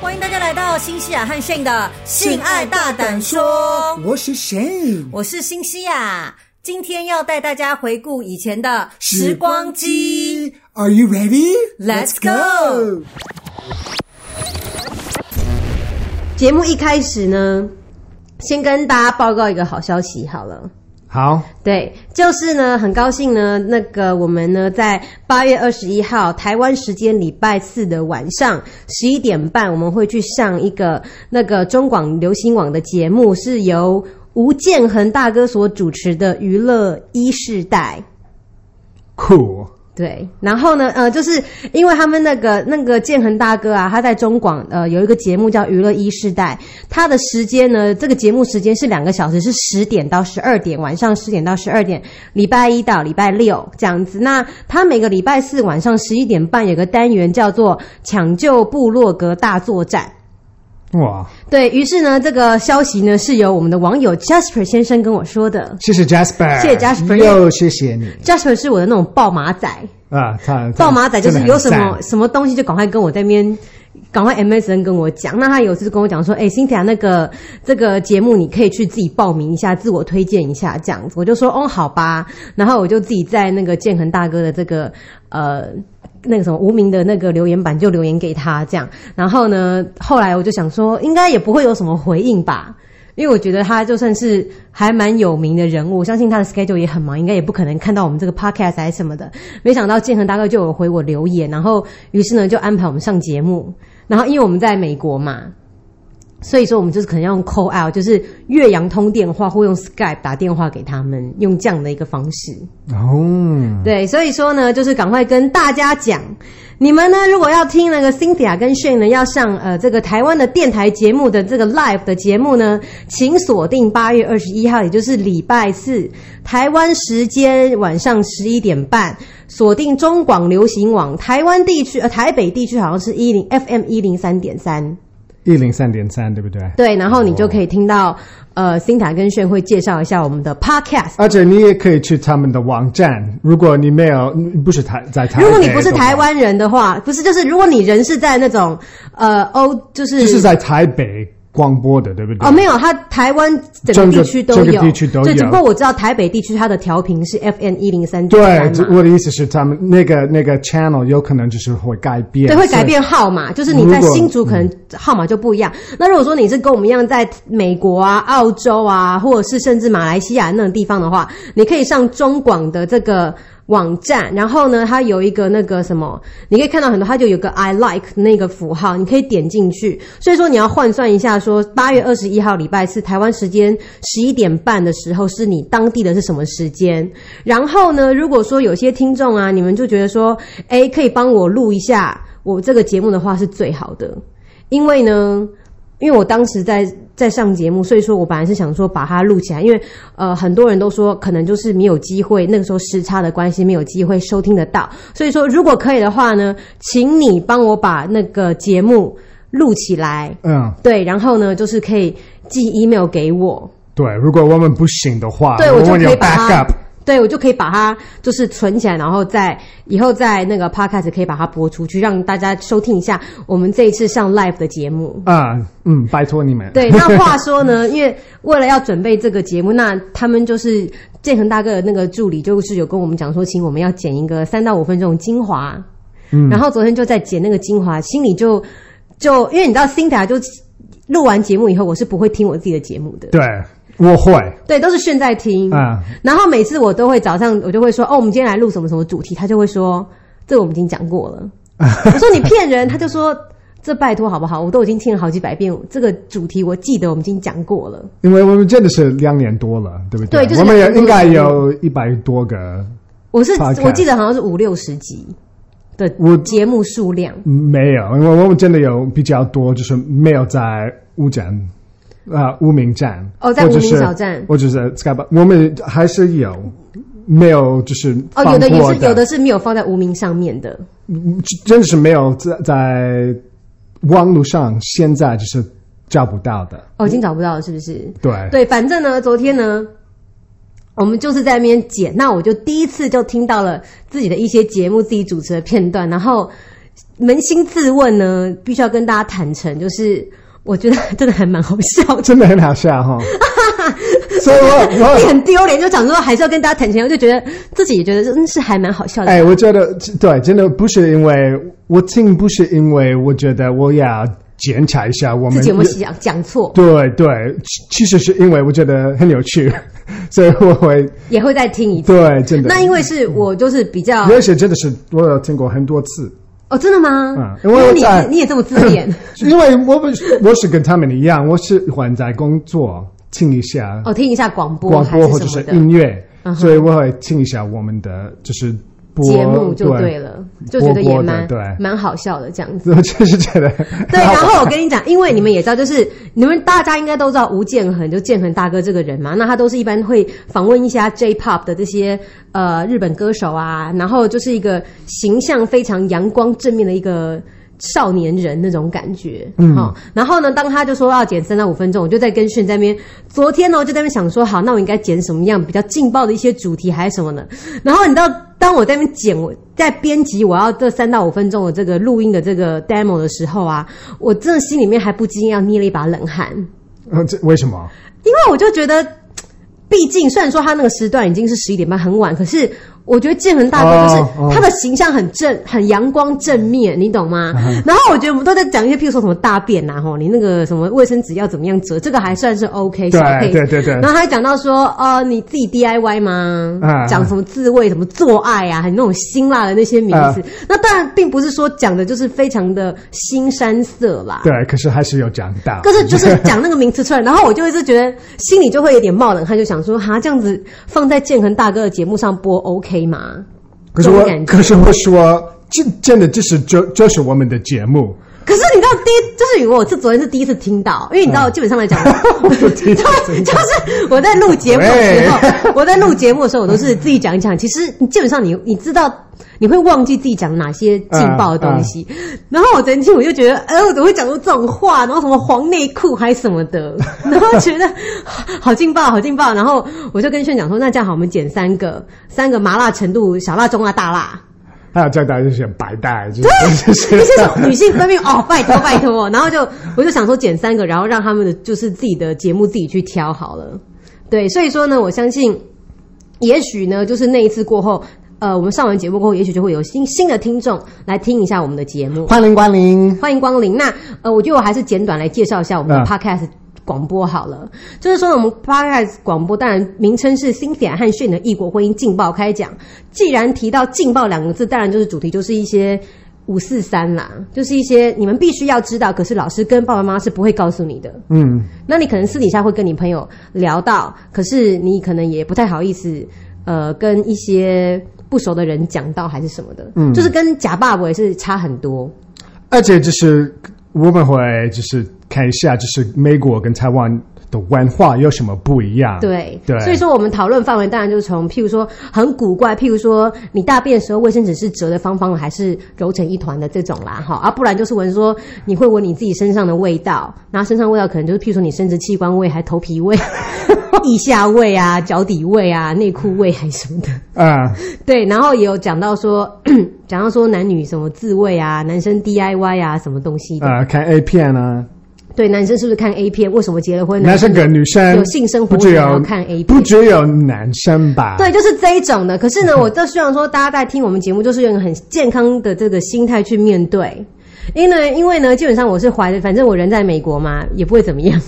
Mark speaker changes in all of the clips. Speaker 1: 欢迎大家来到新西亚和 Shane 的性爱大胆说，
Speaker 2: 我是谁？
Speaker 1: 我是新西亚，今天要带大家回顾以前的时光机。
Speaker 2: Are you ready?
Speaker 1: Let's go
Speaker 3: 节目一开始呢，先跟大家报告一个好消息好了。
Speaker 4: 好，
Speaker 3: 对，就是呢，很高兴呢，那个我们呢，在八月二十一号台湾时间礼拜四的晚上十一点半，我们会去上一个那个中广流行网的节目，是由吴建衡大哥所主持的《娱乐一世代》。
Speaker 4: 酷，
Speaker 3: 对，然后呢，呃，就是因为他们那个那个建恒大哥啊，他在中广呃有一个节目叫《娱乐一世代》，他的时间呢，这个节目时间是两个小时，是十点到十二点，晚上十点到十二点，礼拜一到礼拜六这样子。那他每个礼拜四晚上十一点半有个单元叫做“抢救部落格大作战”。
Speaker 4: 哇！
Speaker 3: 对于是呢，这个消息呢是由我们的网友 Jasper 先生跟我说的。
Speaker 4: 谢谢 Jasper，
Speaker 3: 谢谢 Jasper
Speaker 4: 又谢谢你
Speaker 3: Jasper 是我的那种爆马仔，
Speaker 4: 啊！他
Speaker 3: 爆马仔就是有什么
Speaker 4: 真的很赞
Speaker 3: 什么东西就赶快跟我这边。赶快 MSN 跟我讲，那他有一次跟我讲说，哎、辛迪亚那个这个节目你可以去自己报名一下，自我推荐一下这样子，我就说哦好吧，然后我就自己在那个建恒大哥的这个呃那个什么无名的那个留言板就留言给他这样，然后呢，后来我就想说应该也不会有什么回应吧，因为我觉得他就算是还蛮有名的人物，我相信他的 schedule 也很忙，应该也不可能看到我们这个 podcast 还是什么的。没想到建恒大哥就有回我留言，然后于是呢就安排我们上节目。然后因为我们在美国嘛，所以说我们就是可能要用 call out，就是岳阳通电话或用 Skype 打电话给他们，用这样的一个方式。
Speaker 4: 哦，
Speaker 3: 对，所以说呢，就是赶快跟大家讲，你们呢如果要听那个 Cynthia 跟 Shane 呢要上呃这个台湾的电台节目的这个 live 的节目呢，请锁定八月二十一号，也就是礼拜四台湾时间晚上十一点半，锁定中广流行网台湾地区呃台北地区好像是一零 FM 一零三点三。
Speaker 4: 一零三点三，对不对？
Speaker 3: 对，然后你就可以听到，呃，辛塔跟炫会介绍一下我们的 podcast。
Speaker 4: 而且你也可以去他们的网站，如果你没有嗯不是台在台北的话，
Speaker 3: 如果你不是台湾人的话，不是就是如果你人是在那种呃欧，就是
Speaker 4: 就是在台北广播的，对不对？
Speaker 3: 哦没有，它台湾整个地区都有，
Speaker 4: 整个整个地区都有
Speaker 3: 对，只不过我知道台北地区它的调频是 FM 一零三点
Speaker 4: 对，
Speaker 3: 三
Speaker 4: 这
Speaker 3: 嘛，
Speaker 4: 我的意思是，他们那个那个 channel 有可能就是会改变，
Speaker 3: 对，会改
Speaker 4: 所以
Speaker 3: 变号码，就是你在
Speaker 4: 如果
Speaker 3: 新竹可能号码就不一样。那如果说你是跟我们一样在美国啊、澳洲啊，或者是甚至马来西亚那种地方的话，你可以上中广的这个。网站，然后呢，它有一个那个什么，你可以看到很多，它就有个 I like 那个符号，你可以点进去。所以说你要换算一下说，八月二十一号礼拜四台湾时间十一点半的时候，是你当地的是什么时间？然后呢，如果说有些听众啊，你们就觉得说，哎，可以帮我录一下我这个节目的话是最好的，因为呢，因为我当时在在上节目，所以说我本来是想说把它录起来，因为呃很多人都说可能就是没有机会，那个时候时差的关系没有机会收听得到，所以说如果可以的话呢，请你帮我把那个节目录起来，
Speaker 4: 嗯，
Speaker 3: 对，然后呢就是可以寄 email 给我，
Speaker 4: 对，如果我们不行的话，
Speaker 3: 对我
Speaker 4: 啊我
Speaker 3: 就
Speaker 4: 们有
Speaker 3: 可以把它
Speaker 4: backup，，
Speaker 3: 对我就可以把它就是存起来，然后再以后在那个 podcast 可以把它播出去，让大家收听一下我们这一次上 live 的节目。
Speaker 4: 啊，嗯，拜托你们，
Speaker 3: 对，那话说呢，因为为了要准备这个节目，那他们就是建恒大哥的那个助理，就是有跟我们讲说，请我们要剪一个三到五分钟的精华。嗯，然后昨天就在剪那个精华，心里就就因为你知道辛达就录完节目以后，我是不会听我自己的节目的。
Speaker 4: 对，我会
Speaker 3: 对，都是炫在听。
Speaker 4: 啊，
Speaker 3: 然后每次我都会早上我就会说，哦，我们今天来录什么什么主题，他就会说，这我们已经讲过了。 我说你骗人，他就说这拜托好不好？我都已经听了好几百遍，这个主题我记得我们已经讲过了。
Speaker 4: 因为我们真的是两年多了，对不
Speaker 3: 对就是
Speaker 4: 我们也
Speaker 3: 两年多
Speaker 4: 应该有一百多个，
Speaker 3: 我是
Speaker 4: Podcast
Speaker 3: 我记得好像是五六十集的
Speaker 4: 我
Speaker 3: 节目数量。
Speaker 4: 没有，因为我们真的有比较多，就是没有在乌站。啊、无名站
Speaker 3: 哦在
Speaker 4: 或者
Speaker 3: 无名
Speaker 4: 是
Speaker 3: 小站
Speaker 4: 或者是 Skype，我们还是有，没有就是
Speaker 3: 哦，有的也
Speaker 4: 放
Speaker 3: 是
Speaker 4: 过
Speaker 3: 有的是没有放在无名上面的。
Speaker 4: 真的是没有在在网络上现在就是找不到的，
Speaker 3: 哦，已经找不到了，是不是？
Speaker 4: 对
Speaker 3: 对，反正呢，昨天呢，我们就是在那边剪，那我就第一次就听到了自己的一些节目自己主持的片段，然后扪心自问呢，必须要跟大家坦诚，就是我觉得真的还蛮好笑的。
Speaker 4: 真的很好笑 哈。所以我
Speaker 3: 自己
Speaker 4: 我
Speaker 3: 很丢脸，就想说还是要跟大家坦诚，我就觉得自己也觉得真是还蛮好笑的。
Speaker 4: 哎，我觉得对，真的不是因为我听，不是因为我觉得我要检查一下我
Speaker 3: 自
Speaker 4: 们
Speaker 3: 己有没有讲讲错，
Speaker 4: 对对，其其实是因为我觉得很有趣， 所以我会
Speaker 3: 也会再听一次。
Speaker 4: 对真的。
Speaker 3: 那因为啊是我就是比较
Speaker 4: 有一些真的是我有听过很多次，
Speaker 3: 哦，真的吗？
Speaker 4: 嗯
Speaker 3: 因
Speaker 4: 因为
Speaker 3: 为
Speaker 4: 我
Speaker 3: 你
Speaker 4: 在
Speaker 3: 是你也这么自 恋
Speaker 4: 因为我不是我是跟他们一样，我喜欢在工作听一下
Speaker 3: 哦，听一下广播
Speaker 4: 广
Speaker 3: 还
Speaker 4: 播或
Speaker 3: 是
Speaker 4: 者
Speaker 3: 什
Speaker 4: 是
Speaker 3: 么的
Speaker 4: 音乐，
Speaker 3: 嗯哼
Speaker 4: 所以我会听一下我们的就是播
Speaker 3: 节目就
Speaker 4: 对
Speaker 3: 对了，就觉得
Speaker 4: 播
Speaker 3: 也
Speaker 4: 播的
Speaker 3: 蛮
Speaker 4: 对
Speaker 3: 蛮好笑的这样子。
Speaker 4: 我就是觉得
Speaker 3: 对， 然
Speaker 4: 好
Speaker 3: 后我跟你讲，因为你们也知道，就是你们大家应该都知道吴建衡，就建衡大哥这个人嘛，那他都是一般会访问一下 J-pop 的这些呃日本歌手啊，然后就是一个形象非常阳光正面的一个。少年人那种感觉，嗯、然后呢，当他就说要剪三到五分钟，我就在跟炫在那边，昨天呢，我就在那边想说，好，那我应该剪什么样比较劲爆的一些主题还是什么呢？然后你知道，当我在那边剪我在编辑我要这三到五分钟的这个录音的这个 demo 的时候啊，我真的心里面还不禁要捏了一把冷汗，
Speaker 4: 呃这为什么？
Speaker 3: 因为我就觉得，毕竟虽然说他那个时段已经是十一点半很晚，可是我觉得建恒大哥
Speaker 4: 哦
Speaker 3: 就
Speaker 4: 哦
Speaker 3: 是他的形象很正、很阳光正面，你懂吗？
Speaker 4: 嗯
Speaker 3: 然后我觉得我们都在讲一些，譬如说什么大便呐、啊，吼，你那个什么卫生纸要怎么样折，这个还算是 OK 小
Speaker 4: 对
Speaker 3: case。
Speaker 4: 对对对
Speaker 3: 然后他还讲到说，呃，你自己 DIY 吗？
Speaker 4: 啊
Speaker 3: 讲什么自慰、什么做爱啊，很那种辛辣的那些名词。
Speaker 4: 啊
Speaker 3: 那当然并不是说讲的就是非常的新山色啦。
Speaker 4: 对，可是还是有讲到，
Speaker 3: 可是 就是讲那个名词出来，然后我就一直觉得心里就会有点冒冷汗，就想说哈，这样子放在建恒大哥的节目上播 OK 吗？
Speaker 4: 可是
Speaker 3: 这
Speaker 4: 我
Speaker 3: 种感觉
Speaker 4: 可是我说这真的就是就就是我们的节目，
Speaker 3: 可是你知道第一，就是我是昨天是第一次听到，因为你知道，基本上来 讲，
Speaker 4: 就嗯第一次
Speaker 3: 就是
Speaker 4: 听
Speaker 3: 就
Speaker 4: 到
Speaker 3: 是我在录节目的时候，我在录节目的时候，我都是自己讲一讲。其实你基本上你你知道，你会忘记自己讲哪些劲爆的东西。
Speaker 4: 嗯
Speaker 3: 然后我昨天听，我就觉得，哎、我怎么会讲出这种话？然后什么黄内裤还什么 的，然后觉得好劲爆，好劲爆。然后我就跟炫讲说，那这样好，我们减三个，三个麻辣程度，小辣、中辣、大辣。
Speaker 4: 还有讲到就是白带，就是
Speaker 3: 你
Speaker 4: 就是
Speaker 3: 说女性分泌哦，拜托拜托，然后就我就想说减三个，然后让他们的就是自己的节目自己去挑好了。对，所以说呢，我相信，也许呢，就是那一次过后，呃，我们上完节目过后，也许就会有新新的听众来听一下我们的节目。
Speaker 4: 欢迎光临。
Speaker 3: 欢迎光临。那呃，我觉得我还是简短来介绍一下我们的
Speaker 4: 嗯
Speaker 3: podcast 广播好了。就是说，我们 podcast 广播当然名称是辛迪亚和炫的异国婚姻劲爆开讲。既然提到劲爆两个字，当然就是主题就是一些。五四三啦，就是一些你们必须要知道，可是老师跟爸爸妈妈是不会告诉你的。
Speaker 4: 嗯，
Speaker 3: 那你可能私底下会跟你朋友聊到，可是你可能也不太好意思，呃，跟一些不熟的人讲到还是什么的，嗯，就是跟假爸爸也是差很多。
Speaker 4: 而且就是我们会就是看一下，就是美国跟台湾的文化有什么不一样。
Speaker 3: 对，
Speaker 4: 对，
Speaker 3: 所以说我们讨论范围当然就是从，譬如说很古怪，譬如说你大便的时候卫生纸是折的方方的，还是揉成一团的这种啦，哈，啊，不然就是闻说你会闻你自己身上的味道，然后身上味道可能就是譬如说你生殖器官味，还头皮味、 腋下味啊、脚底味啊、内裤味还什么的。
Speaker 4: 啊、
Speaker 3: 对，然后也有讲到说， 讲到说男女什么自慰啊，男生 DIY 啊，什么东西的。
Speaker 4: 啊、看 A 片啊，
Speaker 3: 对，男生是不是看 A 片？为什么结了婚呢？
Speaker 4: 男生跟女生
Speaker 3: 有性生活
Speaker 4: 不只
Speaker 3: 然后
Speaker 4: 有
Speaker 3: 看 A 片
Speaker 4: 不只有男生吧？
Speaker 3: 对，就是这一种的。可 是呢，我就希望说，大家在听我们节目，就是用一个很健康的这个心态去面对。因为呢，因为呢，基本上我是怀着，反正我人在美国嘛，也不会怎么样。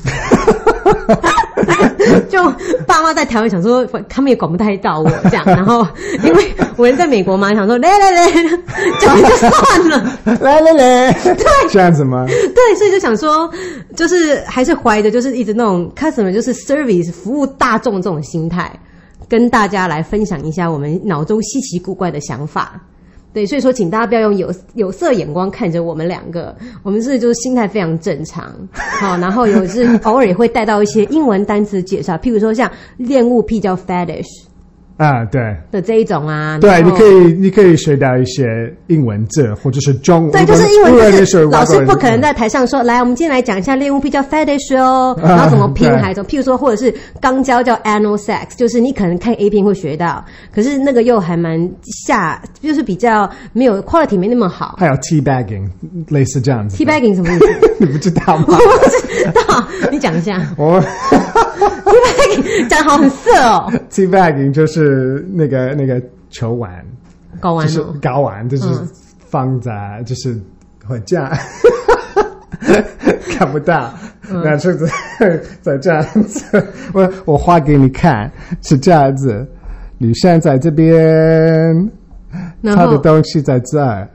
Speaker 3: 就爸妈在台湾想说，他们也管不太到我这样。然后因为我人在美国嘛，想说来来来， 就就算了。
Speaker 4: 来来来， 这样子吗？
Speaker 3: 对，所以就想说，就是还是怀着就是一直那种 customer 就是 service 服务大众这种心态，跟大家来分享一下我们脑中稀奇古怪的想法。对，所以说，请大家不要用有有色眼光看着我们两个，我们是就是心态非常正 常，好，然后有是偶尔也会带到一些英文单词介绍，譬如说像恋物癖叫 fetish，
Speaker 4: 啊，对
Speaker 3: 的这一种啊。然
Speaker 4: 对，
Speaker 3: 后
Speaker 4: 你可以你可以学到一些英文字或者是中
Speaker 3: 对，就是因
Speaker 4: 不
Speaker 3: 为
Speaker 4: 然
Speaker 3: 就
Speaker 4: 啊就是是
Speaker 3: 老师不可能
Speaker 4: 的。
Speaker 3: 在台上说，来，我们今天来讲一下恋物癖叫 fetish 哦，
Speaker 4: 啊
Speaker 3: 然后怎么拼
Speaker 4: 对
Speaker 3: 还是什么，譬如说或者是肛交叫 anal sex，就是你可能看 A 片会学到，可是那个又还蛮下，就是比较没有 quality 没那么好。
Speaker 4: 还有 tea bagging 类似这样子
Speaker 3: T bagging 什么意思？
Speaker 4: 你不知道 吗？
Speaker 3: 我不知道，你讲一下。
Speaker 4: 我
Speaker 3: T bagging 讲好很色哦，
Speaker 4: tea bagging 就是那个那个球碗，
Speaker 3: 搞完
Speaker 4: 就是
Speaker 3: 了。
Speaker 4: 睾丸，就是
Speaker 3: 嗯
Speaker 4: 放在就是火架， 看不到，
Speaker 3: 嗯
Speaker 4: 那是在在这样子，我我画给你看是这样子，女生在这边，
Speaker 3: 然
Speaker 4: 她的
Speaker 3: 后
Speaker 4: 东西在这儿，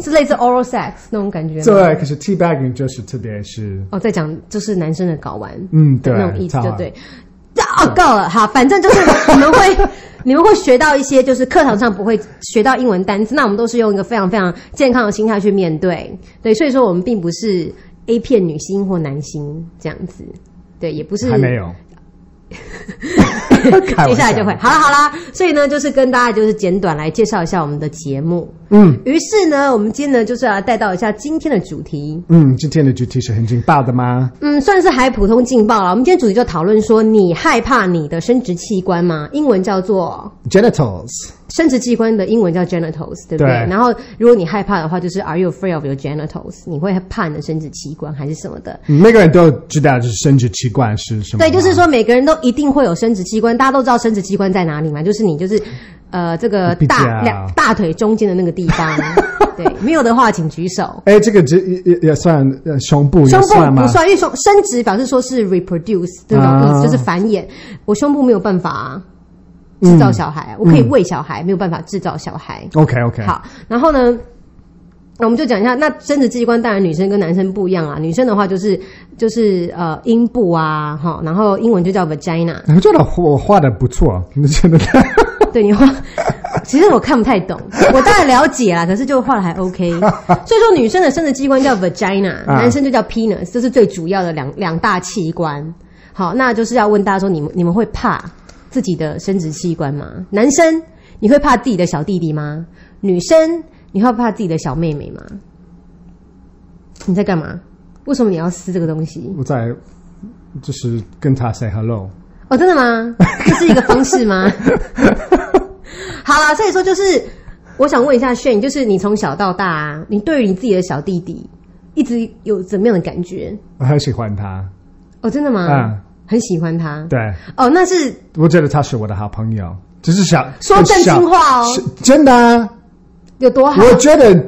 Speaker 3: 是类似 oral sex 那种感觉吗。
Speaker 4: 对，可是 tea bagging 就是特别是，
Speaker 3: 哦，在讲就是男生的睾丸，
Speaker 4: 嗯对
Speaker 3: 那种意思
Speaker 4: 差
Speaker 3: 就
Speaker 4: 不多
Speaker 3: 对。啊，够了，好，反正就是你们会，你 们会学到一些就是课堂上不会学到英文单词，那我们都是用一个非常非常健康的心态去面对，对，所以说我们并不是 A 片女星或男星这样子，对，也不是，
Speaker 4: 还没有开玩笑
Speaker 3: 接下来就会好了好啦，所以呢，就是跟大家就是简短来介绍一下我们的节目。
Speaker 4: 嗯
Speaker 3: 于是呢，我们今天呢就是要带到一下今天的主题，
Speaker 4: 嗯，今天的主题是很劲爆的吗？
Speaker 3: 嗯，算是还普通劲爆了。我们今天主题就讨论说，你害怕你的生殖器官吗？英文叫做
Speaker 4: genitals，
Speaker 3: 生殖器官的英文叫 genitals，对不对？
Speaker 4: 对
Speaker 3: 然后如果你害怕的话，就是 Are you afraid of your genitals？你会怕你的生殖器官还是什么的？
Speaker 4: 每个人都知道，就是生殖器官是什么
Speaker 3: 对，
Speaker 4: 吗？
Speaker 3: 就是说每个人都一定会有生殖器官，大家都知道生殖器官在哪里嘛，就是你就是呃这个
Speaker 4: 比较
Speaker 3: 大两大腿中间的那个地方。对，没有的话请举手。
Speaker 4: 哎，这个只也也也算呃胸部也
Speaker 3: 胸部
Speaker 4: 算吗
Speaker 3: 不？算，因为胸生殖表示说是 reproduce 这种意思，
Speaker 4: 啊
Speaker 3: 就是繁衍。我胸部没有办法、制造小孩，
Speaker 4: 嗯
Speaker 3: 我可以喂小孩，没有办法制造小孩。
Speaker 4: OK OK，
Speaker 3: 好，然后呢，那我们就讲一下，那生殖器官当然女生跟男生不一样啊。女生的话就是就是呃阴部啊，哈，然后英文就叫 vagina
Speaker 4: 哎我觉得我画的不错，你觉得？
Speaker 3: 对你画，其实我看不太懂，我当然了解啦，可是就画的还 OK。所以说女生的生殖器官叫 vagina，
Speaker 4: 啊
Speaker 3: 男生就叫 penis，这是最主要的两两大器官。好，那就是要问大家说，你们你们会怕自己的生殖器官吗？男生你会怕自己的小弟弟吗？女生你会怕自己的小妹妹吗？你在干嘛？为什么你要撕这个东西？
Speaker 4: 我在就是跟他 say hello，
Speaker 3: 哦，真的 吗？这是一个方式吗？好啦，所以说就是，我想问一下炫，就是你从小到大、啊，你对于你自己的小弟弟，一直有怎么样的感觉？
Speaker 4: 我很喜欢他。
Speaker 3: 哦，真的吗？
Speaker 4: 嗯
Speaker 3: 很喜欢他。
Speaker 4: 对，
Speaker 3: 哦，那是
Speaker 4: 我觉得他是我的好朋友，只是小
Speaker 3: 说正
Speaker 4: 小
Speaker 3: 经话哦
Speaker 4: 是真的啊、
Speaker 3: 有多好？
Speaker 4: 我觉得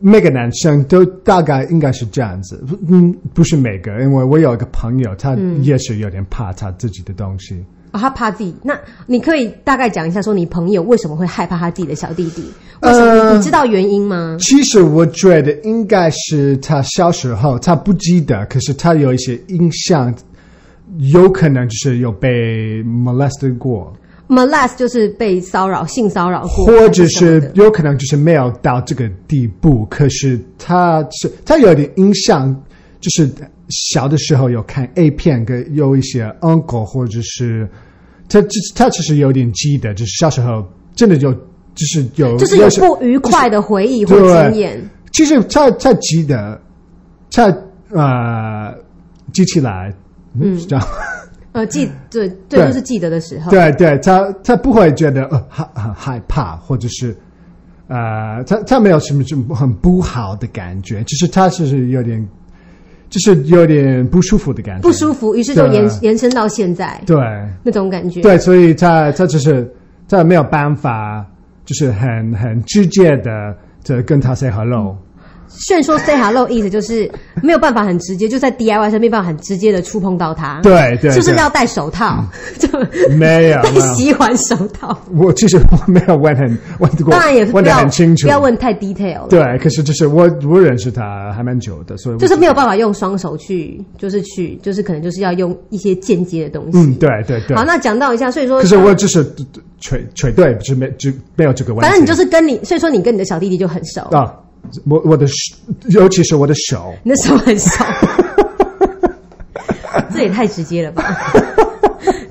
Speaker 4: 每个男生都大概应该是这样子，嗯，不是每个，因为我有一个朋友，他也是有点怕他自己的东西。
Speaker 3: 哦，他怕自己。那你可以大概讲一下，说你朋友为什么会害怕他自己的小弟弟？为什么？
Speaker 4: 呃
Speaker 3: 你知道原因吗？
Speaker 4: 其实我觉得应该是他小时候他不记得，可是他有一些印象，有可能就是有被 molested 过，
Speaker 3: molest 就是被骚扰、性骚扰过，
Speaker 4: 或者
Speaker 3: 还什么
Speaker 4: 是
Speaker 3: 的
Speaker 4: 有可能就是没有到这个地步，可是他是他有点印象，就是小的时候有看 A 片，跟有一些 uncle 或者是他他他其实有点记得，就是小时候真的有就是有
Speaker 3: 就是有不愉快的回忆或
Speaker 4: 对
Speaker 3: 经验。
Speaker 4: 其实他他记得，他呃记起来，嗯，是这样吗。
Speaker 3: 呃，记对对，
Speaker 4: 嗯对
Speaker 3: 就是记得的时候。
Speaker 4: 对对，他他不会觉得呃很很害怕，或者是呃，他他没有什么什么很不好的感觉，只是他是有点，就是有点不舒服的感觉，
Speaker 3: 不舒服，于是就
Speaker 4: 对
Speaker 3: 延延伸到现在
Speaker 4: 对
Speaker 3: 那种感觉。
Speaker 4: 对，所以他他就是他没有办法，就是很很直接的的跟他 say hello，、
Speaker 3: 炫说 say hello 意思就是没有办法很直接，就在 DIY 上没办法很直接的触碰到它。
Speaker 4: 对对
Speaker 3: 是不是
Speaker 4: 对嗯
Speaker 3: 要戴手套？ 就
Speaker 4: 没有
Speaker 3: 戴
Speaker 4: 没有
Speaker 3: 洗碗手套。
Speaker 4: 我其实我没有问很问过，
Speaker 3: 当然也不
Speaker 4: 问的
Speaker 3: 要
Speaker 4: 很清楚，
Speaker 3: 不要问太 detail 了。
Speaker 4: 对，可是就是我我认识他还蛮久的，所以我
Speaker 3: 就是没有办法用双手去，就是去，就是可能就是要用一些间接的东西。
Speaker 4: 嗯，对对对。
Speaker 3: 好，那讲到一下，所以说，
Speaker 4: 可是我就是垂垂对，就是没就没有这个问题。
Speaker 3: 反正你就是跟你，所以说你跟你的小弟弟就很熟，
Speaker 4: 啊，我我的手，尤其是我的手，
Speaker 3: 你 的手很熟，这也太直接了吧？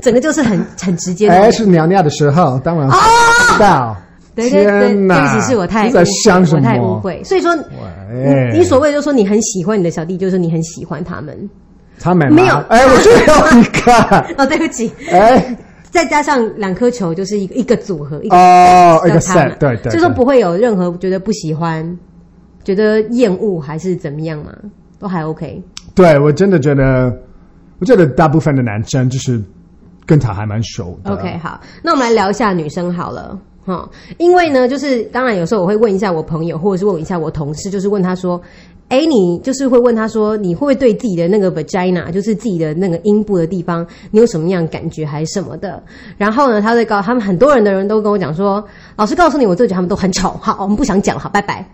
Speaker 3: 整个就是很很直接的那
Speaker 4: 哎，
Speaker 3: 种。
Speaker 4: 是尿尿的时候，当然知道。
Speaker 3: 哦对对对，
Speaker 4: 天
Speaker 3: 对
Speaker 4: 哪
Speaker 3: 不起，是我太
Speaker 4: 你在想什
Speaker 3: 我太误
Speaker 4: 么？
Speaker 3: 会。所以说，你
Speaker 4: 喂
Speaker 3: 你所谓就说你很喜欢你的小弟，就是你很喜欢他们。
Speaker 4: 他们
Speaker 3: 没有
Speaker 4: 哎，我就有一个，
Speaker 3: 哦，对不起，
Speaker 4: 哎，
Speaker 3: 再加上两颗球，就是一个一个组合，一个
Speaker 4: 哦，一
Speaker 3: 的
Speaker 4: 个
Speaker 3: 他们
Speaker 4: set，对对，
Speaker 3: 就说
Speaker 4: 对
Speaker 3: 不会有任何觉得不喜欢、觉得厌恶还是怎么样嘛，都还 OK。
Speaker 4: 对我真的觉得，我觉得大部分的男生就是跟他还蛮熟的。
Speaker 3: OK，好，那我们来聊一下女生好了。哈、因为呢，就是当然有时候我会问一下我朋友，或者是问一下我同事，就是问他说：“哎，你就是会问他说，你会不会对自己的那个 vagina，就是自己的那个阴部的地方，你有什么样的感觉还是什么的？”然后呢，他会告他们很多人的人都跟我讲说：“老师告诉你，我就觉得他们都很吵，好，我们不想讲了，好，拜拜。”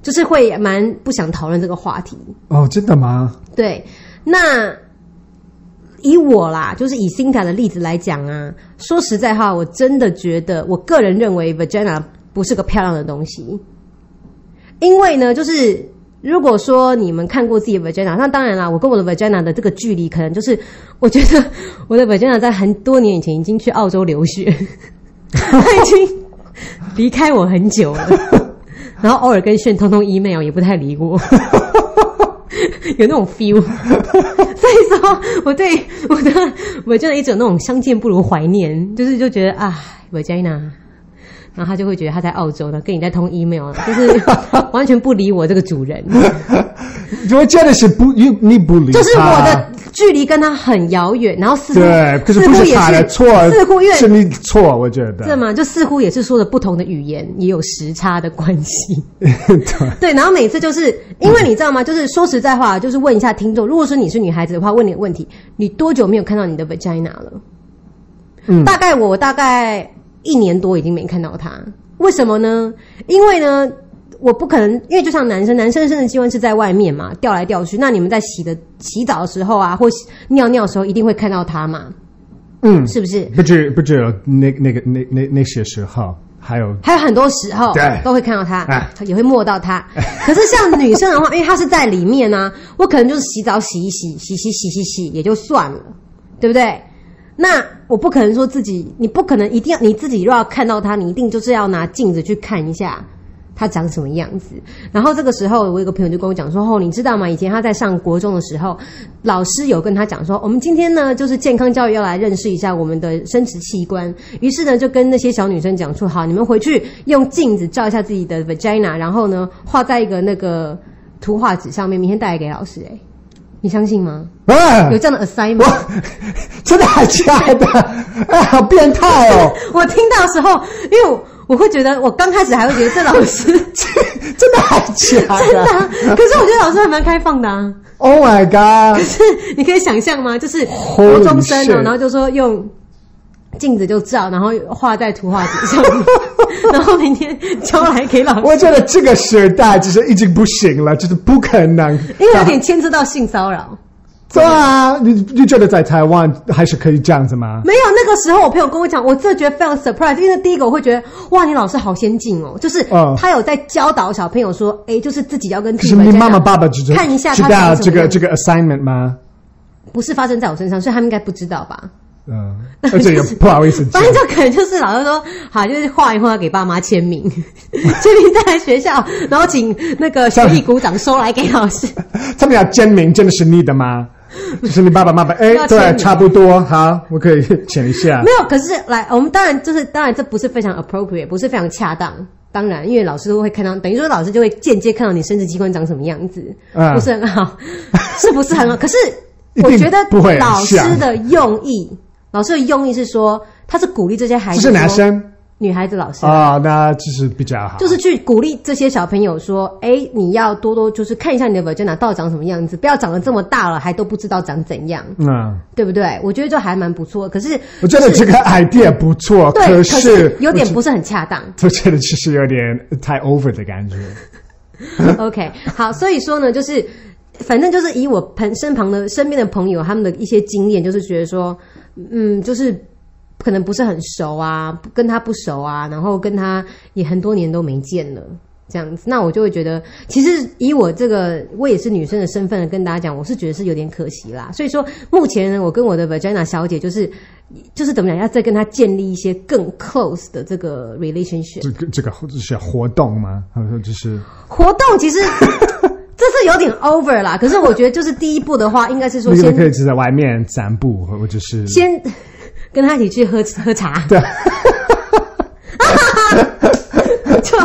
Speaker 3: 就是会蛮不想讨论这个话题。
Speaker 4: 哦，真的吗？
Speaker 3: 对，那以我啦，就是以 Sinta 的例子来讲啊，说实在话，我真的觉得，我个人认为 vagina 不是个漂亮的东西，因为呢，就是。如果说你们看过自己的 vagina，那当然啦，我跟我的 vagina 的这个距离，可能就是我觉得我的 vagina 在很多年以前已经去澳洲留学， 他已经离开我很久了，然后偶尔跟炫通通 email 也不太理我。 有那种 feel，所以说我对我的我真的一种那种相见不如怀念，就是就觉得啊，Virginia，然后他就会觉得他在澳洲呢，跟你在通 email，就是 完全不理我这个主人，
Speaker 4: 我真的是不你你不理他，
Speaker 3: 就是我的距离跟他很遥远，然后似乎
Speaker 4: 对，可是
Speaker 3: 似
Speaker 4: 不
Speaker 3: 乎
Speaker 4: 是
Speaker 3: 也
Speaker 4: 他
Speaker 3: 是
Speaker 4: 的错，
Speaker 3: 似乎越
Speaker 4: 是你错，我觉得
Speaker 3: 这嘛，就似乎也是说的不同的语言，也有时差的关系。
Speaker 4: 对
Speaker 3: 对，然后每次就是因为你知道吗？就是说实在话，就是问一下听众，如果说你是女孩子的话，问你个问题：你多久没有看到你的 vagina 了？
Speaker 4: 嗯
Speaker 3: 大概我大概一年多已经没看到它，为什么呢？因为呢，我不可能，因为就像男生，男生生殖器官是在外面嘛，掉来掉去。那你们在洗的洗澡的时候啊，或洗尿尿的时候，一定会看到它嘛，
Speaker 4: 嗯，
Speaker 3: 是不是？
Speaker 4: 不只不只有那那个那那那些时候，还有
Speaker 3: 还有很多时候
Speaker 4: 嗯对
Speaker 3: 都会看到它，
Speaker 4: 哎
Speaker 3: 也会摸到 它。可是像女生的话，因为哎它是在里面呢、我可能就是洗澡洗一洗，洗洗洗洗洗也就算了，对不对？那我不可能说自己，你不可能一定要你自己若要看到它，你一定就是要拿镜子去看一下。它长什么样子？然后这个时候，我有个朋友就跟我讲说：“哦，你知道吗？以前他在上国中的时候，老师有跟他讲说，哦我们今天呢就是健康教育要来认识一下我们的生殖器官。于是呢，就跟那些小女生讲说：好，你们回去用镜子照一下自己的 vagina，然后呢画在一个那个图画纸上面，明天带来给老师。哎，你相信吗？
Speaker 4: 啊
Speaker 3: 有，这样的 assignment？
Speaker 4: 我 真的还假 的？啊，好变态哦！
Speaker 3: 我听到的时候，因为我我会觉得，我刚开始还会觉得这老 师
Speaker 4: 真的还假
Speaker 3: 真的、啊，可是我觉得老师还蛮开放的啊。
Speaker 4: ？Oh my god！
Speaker 3: 是你可以想象吗？就是
Speaker 4: Holy
Speaker 3: 国中生哦，
Speaker 4: shit
Speaker 3: 然后就说用镜子就照，然后画在图画纸上面， 然后明天交来给老师，
Speaker 4: 我觉得这个时代就是已经不行了，就是不可能。
Speaker 3: 因为有点牵涉到性骚扰。
Speaker 4: 对啊，你你觉得在台湾还是可以这样子吗？
Speaker 3: 没有，那个时候我朋友跟我讲，我真的觉得非常 surprise，因为第一个我会觉得哇，你老师好先进哦，就是
Speaker 4: 嗯
Speaker 3: 他有在教导小朋友说，哎、就是自己要跟
Speaker 4: 可
Speaker 3: 自己
Speaker 4: 是你
Speaker 3: 玩
Speaker 4: 妈妈
Speaker 3: 这样
Speaker 4: 爸爸知道
Speaker 3: 看一下
Speaker 4: 知
Speaker 3: 他
Speaker 4: 道
Speaker 3: 长什
Speaker 4: 这
Speaker 3: 么样
Speaker 4: 个
Speaker 3: 子
Speaker 4: 这个 assignment 吗？
Speaker 3: 不是发生在我身上，所以他们应该不知道吧。
Speaker 4: 嗯，而且也不好意思
Speaker 3: 反。
Speaker 4: 讲
Speaker 3: 正就可能就是老师说，好，就是画一画给爸妈签名， 签名带来学校，然后请那个学艺鼓掌收来给老师。
Speaker 4: 他们要签名，真的是你 的吗？就是你爸爸妈妈，哎
Speaker 3: 要，签
Speaker 4: 对，
Speaker 3: 名
Speaker 4: 差不多，好，我可以签一下
Speaker 3: 没。有，可是来，我们当然就是当然这不是非常 appropriate，不是非常恰当。当然，因为老师都会看到，等于说老师就会间接看到你生殖器官长什么样子，
Speaker 4: 嗯
Speaker 3: 不是很好， 是不是 很好？可是
Speaker 4: 一
Speaker 3: 我
Speaker 4: 定
Speaker 3: 觉得
Speaker 4: 不会很
Speaker 3: 老师
Speaker 4: 像
Speaker 3: 的用意，老师的用意是说，他是鼓励这些孩
Speaker 4: 这
Speaker 3: 子，
Speaker 4: 啊是男生
Speaker 3: 女孩子老师
Speaker 4: 啊、哦那就是比较好。
Speaker 3: 就是去鼓励这些小朋友说：“哎、你要多多就是看一下你的 vagina 到底长什么样子，不要长得这么大了还都不知道长怎样，
Speaker 4: 嗯，
Speaker 3: 对不对？”我觉得就还蛮不错。可是
Speaker 4: 我觉得这个 idea 不错，
Speaker 3: 对，
Speaker 4: 可
Speaker 3: 可
Speaker 4: 是
Speaker 3: 有点不是很恰当。
Speaker 4: 我觉得就是有点太 over 的感觉。
Speaker 3: OK，好，所以说呢，就是反正就是以我朋身旁的身边的朋友他们的一些经验，就是觉得说，嗯，就是可能不是很熟啊，跟他不熟啊，然后跟他也很多年都没见了，这样子，那我就会觉得，其实以我这个我也是女生的身份跟大家讲，我是觉得是有点可惜啦。所以说，目前呢，我跟我的 Vagina 小姐就是就是怎么讲，要再跟她建立一些更 close 的这个 relationship
Speaker 4: 这个这个就是活动吗？还是说就是
Speaker 3: 活动， 其实这是有点 over 啦。可是我觉得，就是第一步的话，应该是说
Speaker 4: 你
Speaker 3: 先
Speaker 4: 们可以只在外面散步，或者是
Speaker 3: 先 跟她一起去喝喝茶。
Speaker 4: 对，
Speaker 3: 就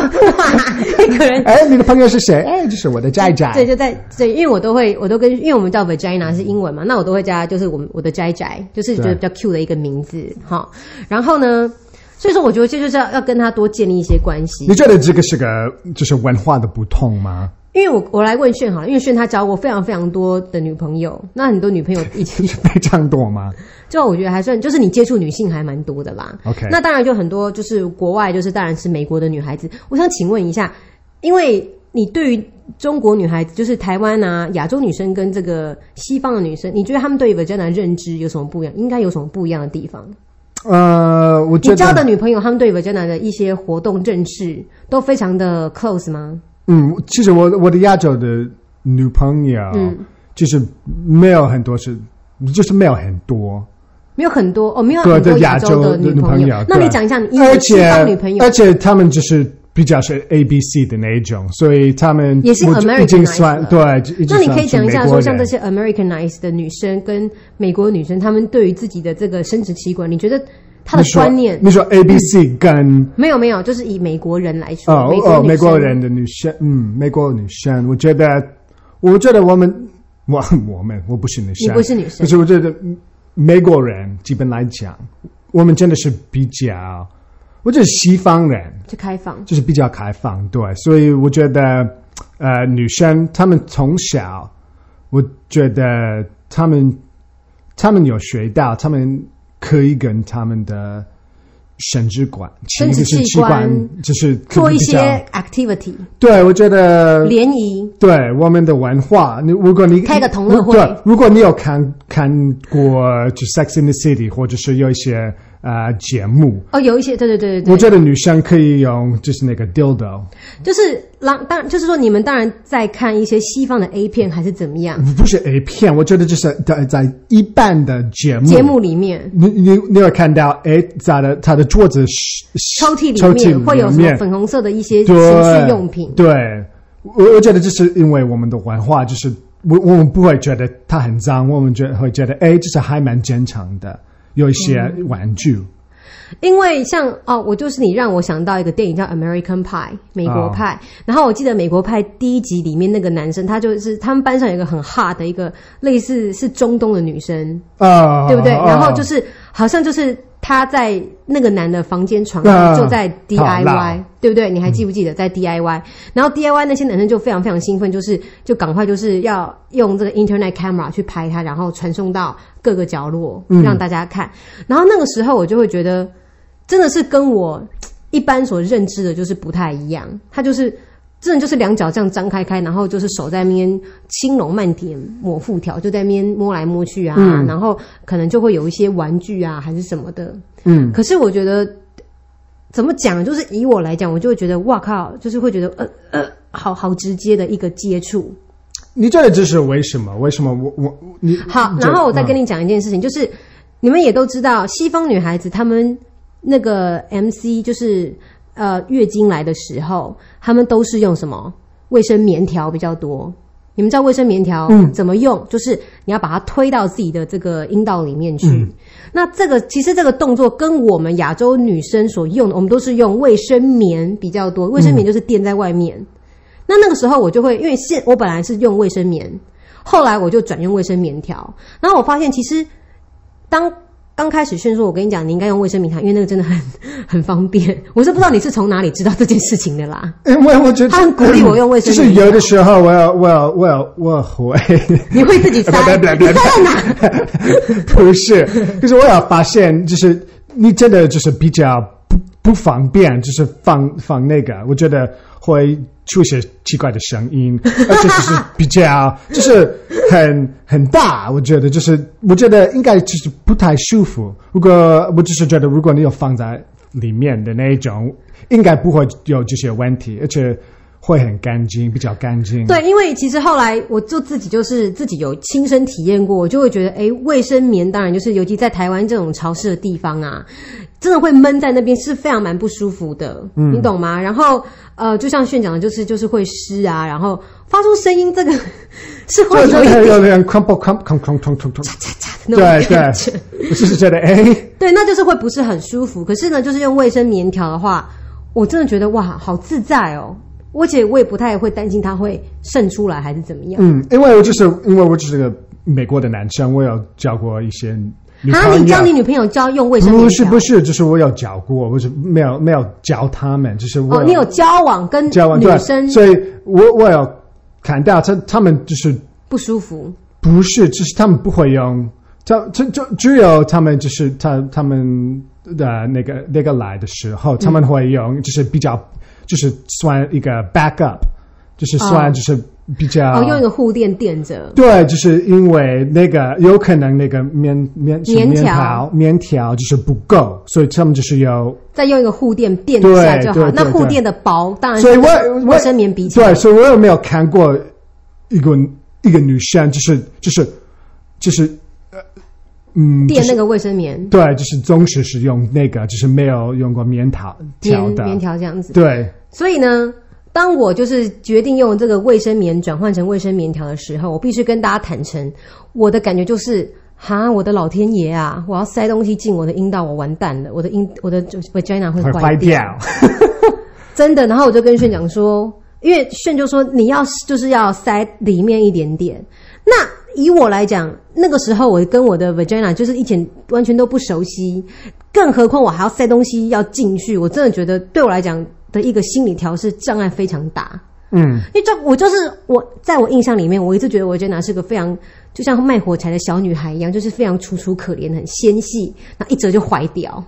Speaker 3: 一个人
Speaker 4: 哎，你的朋友是谁？哎，这是我的寨寨。
Speaker 3: 对，就在对，因为我都会，我都跟，因为我们叫 vagina 是英文嘛，那我都会加，就是我们我的宅宅，就是觉得
Speaker 4: 对
Speaker 3: 比较 cute 的一个名字哈。然后呢，所以说我觉得这就是要要跟他多建立一些关系
Speaker 4: 你。觉得这个是个就是文化的不同吗？
Speaker 3: 因为我我来问炫好了，因为炫他交过非常非常多的女朋友，那很多女朋友已 经
Speaker 4: 非常多吗？
Speaker 3: 就我觉得还算，就是你接触女性还蛮多的啦。
Speaker 4: OK
Speaker 3: 那当然就很多，就是国外，就是当然是美国的女孩子。我想请问一下，因为你对于中国女孩子，就是台湾啊亚洲女生跟这个西方的女生，你觉得她们对于 vagina 的认知有什么不一样？应该有什么不一样的地方？
Speaker 4: 呃，我
Speaker 3: 你
Speaker 4: 觉得
Speaker 3: 交的女朋友，她们对 vagina 的一些活动认识都非常的 close 吗？
Speaker 4: 嗯，其实我我的亚洲的女朋友，
Speaker 3: 嗯
Speaker 4: 就是没有很多是，就是没有很多，
Speaker 3: 没有很多哦，没有
Speaker 4: 对啊
Speaker 3: 很多
Speaker 4: 对
Speaker 3: 亚洲的
Speaker 4: 的
Speaker 3: 女朋
Speaker 4: 友。
Speaker 3: 友。那
Speaker 4: 对
Speaker 3: 你讲一下你英
Speaker 4: 而
Speaker 3: 国西
Speaker 4: 且
Speaker 3: 方女朋友
Speaker 4: 而且他们就是比较是 A B C 的那一种，所以他们
Speaker 3: 也是
Speaker 4: 我就
Speaker 3: Americanized
Speaker 4: 已经算
Speaker 3: 了
Speaker 4: 对，就已经
Speaker 3: 那你
Speaker 4: 算
Speaker 3: 可以
Speaker 4: 是
Speaker 3: 讲一下
Speaker 4: 美国
Speaker 3: 说，
Speaker 4: 人
Speaker 3: 像这些 Americanized 的女生跟美国女生，她们对于自己的这个生殖器官，你觉得她的
Speaker 4: 你说
Speaker 3: 观念？
Speaker 4: 你说 A B C 跟
Speaker 3: 没有没有，就是以美国人来说，
Speaker 4: 哦
Speaker 3: 美国
Speaker 4: 哦，
Speaker 3: 女
Speaker 4: 美国
Speaker 3: 生
Speaker 4: 人的女生，嗯，美国女生，我觉得，我觉得我们，我我们我不是女生，
Speaker 3: 你不是女生
Speaker 4: 可是我觉得嗯美国人基本来讲，我们真的是比较，我觉得西方人
Speaker 3: 就开放，
Speaker 4: 就是比较开放，对，所以我觉得，呃，女生她们从小，我觉得她们她们有学到，她们可以跟她们的生殖管、
Speaker 3: 生殖
Speaker 4: 就是
Speaker 3: 器
Speaker 4: 器
Speaker 3: 官
Speaker 4: 官，就是可
Speaker 3: 做
Speaker 4: 以
Speaker 3: 一
Speaker 4: 比
Speaker 3: 些
Speaker 4: 较呃
Speaker 3: activity
Speaker 4: 对，我觉得
Speaker 3: 联谊。
Speaker 4: 对我们的文化，你如果你
Speaker 3: 开个同乐会
Speaker 4: 对，如果你有看看过就《Sex in the City》或者是有一些呃节目，
Speaker 3: 哦，有一些对对对对
Speaker 4: 我
Speaker 3: 对，
Speaker 4: 觉得女生可以用就是那个 dildo，
Speaker 3: 就是当当就是说，你们当然在看一些西方的 A 片还是怎么样
Speaker 4: 不是 A 片，我觉得就是在在一般的节目
Speaker 3: 节目里面，
Speaker 4: 你你你有看到哎，他的他的桌子是是
Speaker 3: 抽屉
Speaker 4: 抽
Speaker 3: 里
Speaker 4: 屉
Speaker 3: 面会有什么
Speaker 4: 面
Speaker 3: 粉红色的一些形
Speaker 4: 对
Speaker 3: 式用品，
Speaker 4: 对，我我觉得这是因为我们的文化，就是我我们不会觉得它很脏，我们觉会觉得哎，这是还蛮正常的。有一些玩具，
Speaker 3: 因为像哦，我就是你让我想到一个电影叫《American Pie》美国
Speaker 4: 啊
Speaker 3: 派，然后我记得《美国派》第一集里面那个男生，他就是他们班上有一个很 hard 的一个类似是中东的女生，
Speaker 4: 啊，
Speaker 3: 嗯对不对？
Speaker 4: 啊
Speaker 3: 然后就是好像就是他在那个男的房间床
Speaker 4: 啊
Speaker 3: 上就在
Speaker 4: 好
Speaker 3: DIY，、
Speaker 4: 辣
Speaker 3: 对不对？你还记不记得在 DIY？、然后 DIY 那些男生就非常非常兴奋，就是就赶快就是要用这个 Internet camera 去拍他，然后传送到各个角落让大家看。然后那个时候我就会觉得，真的是跟我一般所认知的就是不太一样，他就是。真的就是两脚这样张开开，然后就是手在那边轻柔慢点抹腹条，就在那边摸来摸去啊，然后可能就会有一些玩具啊还是什么的。
Speaker 4: 嗯，
Speaker 3: 可是我觉得怎么讲，就是以我来讲，我就会觉得哇靠，就是会觉得呃呃，好好直接的一个接触。
Speaker 4: 你觉得这是为什么？为什么我我你
Speaker 3: 好，
Speaker 4: 这
Speaker 3: 然后我再跟
Speaker 4: 嗯
Speaker 3: 你讲一件事情，就是你们也都知道，西方女孩子她们那个 MC 就是呃月经来的时候，她们都是用什么卫生棉条比较多。你们知道卫生棉条
Speaker 4: 嗯
Speaker 3: 怎么用？就是你要把它推到自己的这个阴道里面去。
Speaker 4: 嗯
Speaker 3: 那这个其实这个动作跟我们亚洲女生所用的，我们都是用卫生棉比较多。卫生
Speaker 4: 嗯
Speaker 3: 棉就是垫在外面。那那个时候我就会，因为现我本来是用卫生棉，后来我就转用卫生棉条，然后我发现其实当刚开始炫说，我跟你讲，你应该用卫生棉条，因为那个真的很 很方便。我是不知道你是从哪里知道这件事情的啦。
Speaker 4: 因为我觉得
Speaker 3: 他很鼓励我用卫生
Speaker 4: 就
Speaker 3: 棉
Speaker 4: 是有的时候我有我有我有我有 会，
Speaker 3: 你会自己塞
Speaker 4: 呃不不不不
Speaker 3: 你塞在哪？
Speaker 4: 不是，可是我有发现，就是你真的就是比较不不方便，就是放放那个，我觉得会出一些奇怪的声音，而且就是比较就是很很大，我觉得就是我觉得应该就是不太舒服。如果我只是觉得，如果你有放在里面的那一种，应该不会有这些问题，而且。会很干净，比较干净。
Speaker 3: 对，因为其实后来我就自己就是自己有亲身体验过，我就会觉得，哎，卫生棉当然就是，尤其在台湾这种潮湿的地方啊，真的会闷在那边是非常蛮不舒服的，
Speaker 4: 嗯
Speaker 3: 你懂吗？然后呃，就像炫讲的，就是就是会湿啊，然后发出声音，这个 是会有
Speaker 4: 对，就
Speaker 3: 一
Speaker 4: 是
Speaker 3: 点
Speaker 4: 有点 crumple crumple crumple crumple crumple，
Speaker 3: 那种
Speaker 4: 对
Speaker 3: 感觉。
Speaker 4: 对，我就是觉得哎，
Speaker 3: 对，那就是会不是很舒服。可是呢，就是用卫生棉条的话，我真的觉得哇，好自在哦。而且我也不太会担心它会渗出来还是怎么样。
Speaker 4: 嗯，因为我就是因为我只是个美国的男生，我有交过一些女朋
Speaker 3: 啊，
Speaker 4: 友。
Speaker 3: 你教你女朋友教用卫生棉条？
Speaker 4: 不是不是，就是我有教过，我是没有没有教他们，就是我
Speaker 3: 哦，你有交往跟
Speaker 4: 教完
Speaker 3: 女生
Speaker 4: 对，所以我我有看到他他们就是
Speaker 3: 不舒服，
Speaker 4: 不是，就是他们不会用，他就就只有他们就是他他们的那个那个来的时
Speaker 3: 嗯
Speaker 4: 候，他们会用就是比较就是算一个 backup，就是
Speaker 3: 哦
Speaker 4: 算就是比较、
Speaker 3: 哦，用一个护垫垫着。
Speaker 4: 对，就是因为那个有可能那个棉棉是
Speaker 3: 棉条
Speaker 4: 条棉条就是不够，所以他们就是有，
Speaker 3: 再用一个护垫垫一下
Speaker 4: 对
Speaker 3: 就好。
Speaker 4: 对
Speaker 3: 那
Speaker 4: 对
Speaker 3: 护
Speaker 4: 对
Speaker 3: 垫的薄，当然
Speaker 4: 所以
Speaker 3: 是
Speaker 4: 我
Speaker 3: 跟
Speaker 4: 我
Speaker 3: 呃卫生棉比起来，
Speaker 4: 对，所以我有没有看过一个一个女生，就是就是就是呃嗯，就
Speaker 3: 垫
Speaker 4: 是
Speaker 3: 那个卫生棉
Speaker 4: 对，就是宗旨是用那个，就是没有用过棉条条
Speaker 3: 棉
Speaker 4: 的
Speaker 3: 棉条这样子。
Speaker 4: 对，
Speaker 3: 所以呢，当我就是决定用这个卫生棉转换成卫生棉条的时候，我必须跟大家坦诚，我的感觉就是。哈！我的老天爷啊！我要塞东西进我的阴道，我完蛋了，我的阴我的 vagina 会
Speaker 4: 会
Speaker 3: 坏
Speaker 4: 坏掉。
Speaker 3: 真的。然后我就跟炫讲说，因为炫就说你要就是要塞里面一点点。那以我来讲，那个时候我跟我的 vagina 就是以前完全都不熟悉，更何况我还要塞东西要进去，我真的觉得对我来讲的一个心理调试障碍非常大。
Speaker 4: 嗯，
Speaker 3: 因为这我就是我，在我印象里面，我一直觉得我觉得娜是个非常就像卖火柴的小女孩一样，就是非常楚楚可怜，很纤细，那一折就坏掉，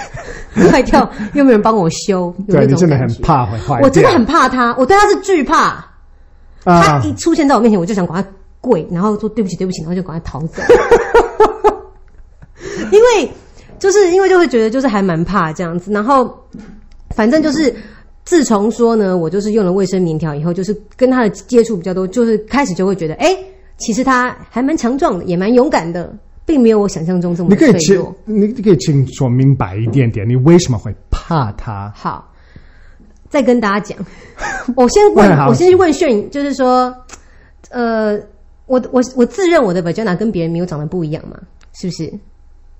Speaker 3: 坏掉又没有人帮我修，有那
Speaker 4: 对你
Speaker 3: 种
Speaker 4: 真的
Speaker 3: 感
Speaker 4: 很
Speaker 3: 觉。
Speaker 4: 怕会坏掉。
Speaker 3: 我真的很怕他，我对他是惧怕，他
Speaker 4: 啊
Speaker 3: 一，出现在我面前，我就想赶快跪，然后说对不起对不起，然后就赶快逃 走，因为就是因为就会觉得就是还蛮怕这样子，然后反正就是。自从说呢，我就是用了卫生棉条以后，就是跟他的接触比较多，就是开始就会觉得，哎、其实他还蛮强壮的，也蛮勇敢的，并没有我想象中这么
Speaker 4: 你可以
Speaker 3: 脆
Speaker 4: 请
Speaker 3: 弱。
Speaker 4: 你你可以请说明白一点点，你为什么会怕它？
Speaker 3: 好，再跟大家 讲，我先问
Speaker 4: 问，好
Speaker 3: 我先去问炫，就是说，呃，我我我自认我的 vagina 跟别人没有长得不一样嘛，是不是？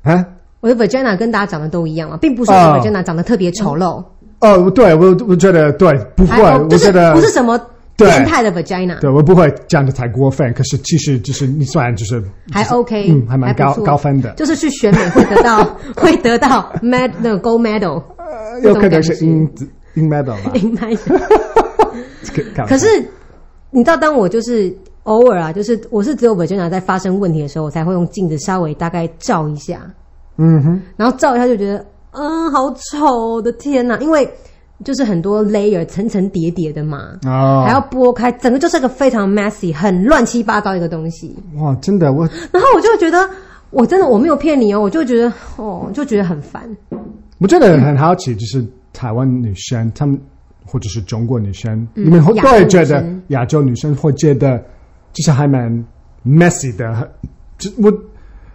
Speaker 4: 啊？
Speaker 3: 我的 vagina 跟大家长得都一样嘛，并不是我的
Speaker 4: 哦
Speaker 3: vagina 长得特别丑陋，
Speaker 4: 哦，对我我觉得对，嗯不会，
Speaker 3: 还
Speaker 4: 我
Speaker 3: 就是
Speaker 4: 觉得
Speaker 3: 哎哦不是什么
Speaker 4: 对
Speaker 3: 变态的 vagina，
Speaker 4: 对我不会讲的太过分，可是其实就是你算就是
Speaker 3: 还 OK，
Speaker 4: 嗯，还蛮高
Speaker 3: 不错
Speaker 4: 高分的，
Speaker 3: 就是去选美会得到 会得到 med 那个 gold medal，
Speaker 4: 呃
Speaker 3: 这种
Speaker 4: 有可能
Speaker 3: 感
Speaker 4: 是
Speaker 3: 觉
Speaker 4: in in medal 吧。
Speaker 3: 应该 是。
Speaker 4: 可开玩
Speaker 3: 可
Speaker 4: 笑
Speaker 3: 是你知道，当我就是偶尔啊，就是我是只有 Virginia 在发生问题的时候，我才会用镜子稍微大概照一下，
Speaker 4: 嗯哼，
Speaker 3: 然后照一下就觉得，嗯，好丑哦，我的天呐！因为就是很多 layer 层层叠叠的嘛，
Speaker 4: 哦，
Speaker 3: 还要拨开，整个就是一个非常 messy、很乱七八糟一个东西。
Speaker 4: 哇，真的我
Speaker 3: 然后我就觉得，我真的我没有骗你哦，我就觉得，哦，就觉得很烦。
Speaker 4: 我真的很好奇，就是台湾女生，她们或者是中国女生，你们会
Speaker 3: 嗯亚
Speaker 4: 都
Speaker 3: 洲
Speaker 4: 会觉
Speaker 3: 女
Speaker 4: 得
Speaker 3: 生
Speaker 4: 亚洲女生会觉得就是还蛮 messy 的，很就我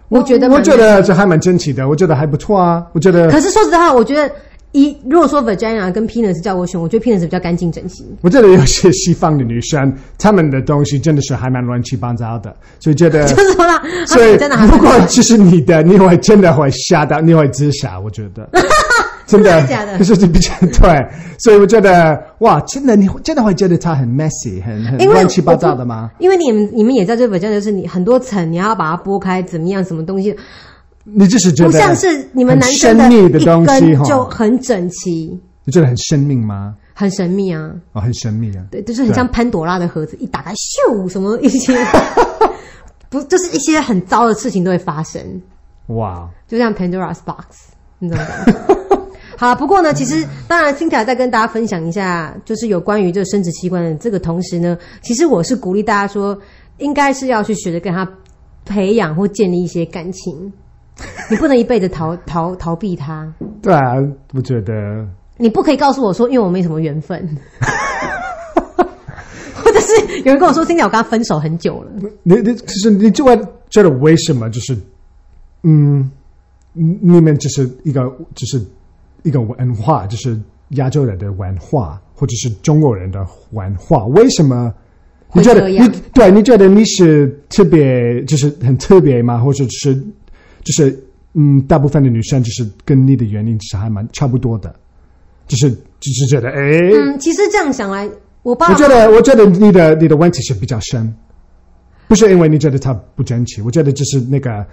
Speaker 3: 我觉得
Speaker 4: 我
Speaker 3: 蛮
Speaker 4: 觉得这还蛮整齐的，我觉得还不错啊，我觉得
Speaker 3: 可是说实话，我觉得一如果说 Virginia 跟 Penis 叫我选，我觉得 Penis 比较干净整齐。。
Speaker 4: 我觉得有些西方的女生，她们的东西真的是还蛮乱七八糟的，所以觉得
Speaker 3: 就是说啦，他
Speaker 4: 呃所以
Speaker 3: 们真的还，
Speaker 4: 如
Speaker 3: 蛮
Speaker 4: 果就是你的，你会真的会吓到，你会自杀，我觉 得。
Speaker 3: 真
Speaker 4: 真的
Speaker 3: 的假的
Speaker 4: 就是比较对，所以我觉得哇，真的你会真的会觉得它很 messy，很很
Speaker 3: 因为
Speaker 4: 乱七八糟的吗？？
Speaker 3: 因为你们你们也在这本上，就是你很多层，你要把它剥开，怎么样，什么东西，
Speaker 4: 你就是觉得
Speaker 3: 不像是你们男生
Speaker 4: 很神秘
Speaker 3: 一
Speaker 4: 的东西
Speaker 3: 根
Speaker 4: 哈
Speaker 3: 就很整齐，
Speaker 4: 你觉得很生命吗？
Speaker 3: 很神秘啊，
Speaker 4: 哦，很神秘啊。
Speaker 3: 对，就是很
Speaker 4: 对
Speaker 3: 像潘朵拉的盒子，一打开咻，什么一些 不就是一些很糟的事情都会发生，
Speaker 4: 哇，
Speaker 3: 就像 Pandora's Box 那种感觉。 好，不过呢，其实当然，辛 i 在跟大家分享一下，就是有关于这个生殖器官的这个同时呢，其实我是鼓励大家说，应该是要去学着跟他培养或建立一些感情， 你不能一辈子逃 逃逃避他，
Speaker 4: 对啊，我觉得
Speaker 3: 你不可以告诉我说，因为我没什么缘分，就是有人跟我说 Cindy，我跟他分手很久了。
Speaker 4: 你你其实你就会觉得为什么就是，嗯，你们就是一个就是一个文化，就是亚洲人的文化，或者是中国人的文化，为什么？你觉得
Speaker 3: 会这
Speaker 4: 你
Speaker 3: 样
Speaker 4: 对你觉得你是特别就是很特别吗？或者是就是嗯，大部分的女生就是跟你的原因是还蛮差不多的，就是就是觉得哎，
Speaker 3: 嗯，其实这样想来，我爸
Speaker 4: 我
Speaker 3: 妈
Speaker 4: 觉得，我觉得你的你的问题是比较深，不是因为你觉得他不争气，我觉得就是那个，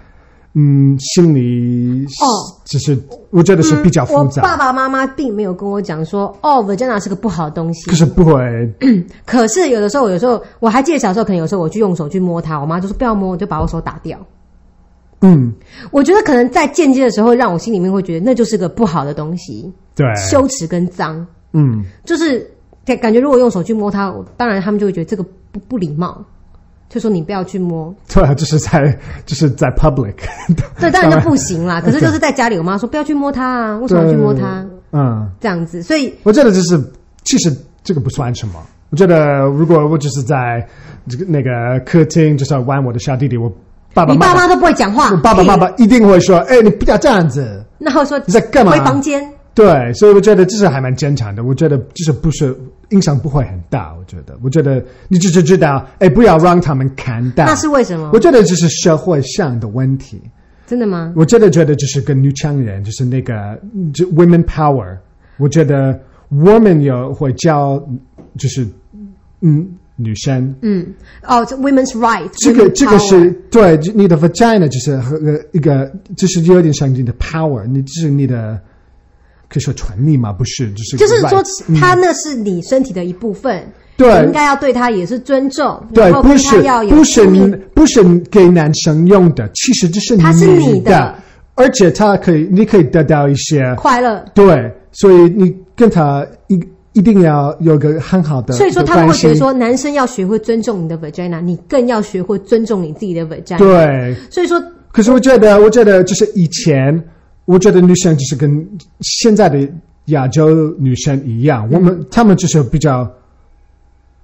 Speaker 4: 嗯，心理
Speaker 3: 哦，嗯
Speaker 4: 就是我觉得是比较
Speaker 3: 我
Speaker 4: 复杂
Speaker 3: 爸，爸妈妈并没有跟我讲说，哦，vagina 是个不好的东西
Speaker 4: 可。是不会，
Speaker 3: 可是有的时候，有时候我还记得小时候，可能有时候我去用手去摸它，我妈就说不要摸，我就把我手打掉。
Speaker 4: 嗯，
Speaker 3: 我觉得可能在间接的时候，让我心里面会觉得那就是个不好的东西，
Speaker 4: 对，
Speaker 3: 羞耻跟脏，
Speaker 4: 嗯，
Speaker 3: 就是感感觉如果用手去摸它，我当然他们就会觉得这个不不礼貌，就说你不要去摸。
Speaker 4: 对啊，就是在就是在 public，
Speaker 3: 对，当然就不行啦。可是就是在家里，我妈说不要去摸它啊，为什么要去摸它？
Speaker 4: 对，嗯，
Speaker 3: 这样子，所以
Speaker 4: 我觉得就是其实这个不算什么，我觉得如果我就是在这个那个客厅就是玩我的小弟弟，我爸爸
Speaker 3: 你
Speaker 4: 妈
Speaker 3: 爸妈
Speaker 4: 妈。
Speaker 3: 都不会讲话，
Speaker 4: 我爸爸妈妈一定会说：“哎、你不要这样子。”
Speaker 3: 然后说
Speaker 4: 你在干嘛
Speaker 3: 回房间。
Speaker 4: 对，所以我觉得这是还蛮正常的。我觉得就是不是影响不会很大。我觉得，我觉得你只是知道，哎，不要让他们看到。
Speaker 3: 那是为什么
Speaker 4: 啊我？觉得这是社会上的问题。
Speaker 3: 真的吗？
Speaker 4: 我真的觉得就是跟女强人，就是那个就 women power。我觉得 woman 有会教，就是嗯女生
Speaker 3: 嗯，哦这，women's right，
Speaker 4: 这个
Speaker 3: women's
Speaker 4: 这个
Speaker 3: power
Speaker 4: 是对你的 vagina 就是和呃一个就是有点像你的 power，你就是你的可以说权利嘛，不是就是
Speaker 3: 就是说
Speaker 4: rights，
Speaker 3: 它那是你身体的一部分，
Speaker 4: 嗯对
Speaker 3: 你应该要对它也是尊重，
Speaker 4: 对
Speaker 3: 然，后
Speaker 4: 不
Speaker 3: 对
Speaker 4: 是
Speaker 3: 它要有
Speaker 4: 不是
Speaker 3: 亲密
Speaker 4: 不是给男生用的，其实这是
Speaker 3: 它是你
Speaker 4: 你
Speaker 3: 的
Speaker 4: 而且它可以，你可以得到一些
Speaker 3: 快乐。
Speaker 4: 对，所以你跟他一一定要有个很好的，
Speaker 3: 所以说他们会觉得
Speaker 4: 的
Speaker 3: 说，男生要学会尊重你的 vagina，你更要学会尊重你自己的 vagina。
Speaker 4: 关系对。
Speaker 3: 所以说，
Speaker 4: 可是我觉得，我觉得就是以前，我觉得女生就是跟现在的亚洲女生一
Speaker 3: 嗯
Speaker 4: 样，我们她们就是比较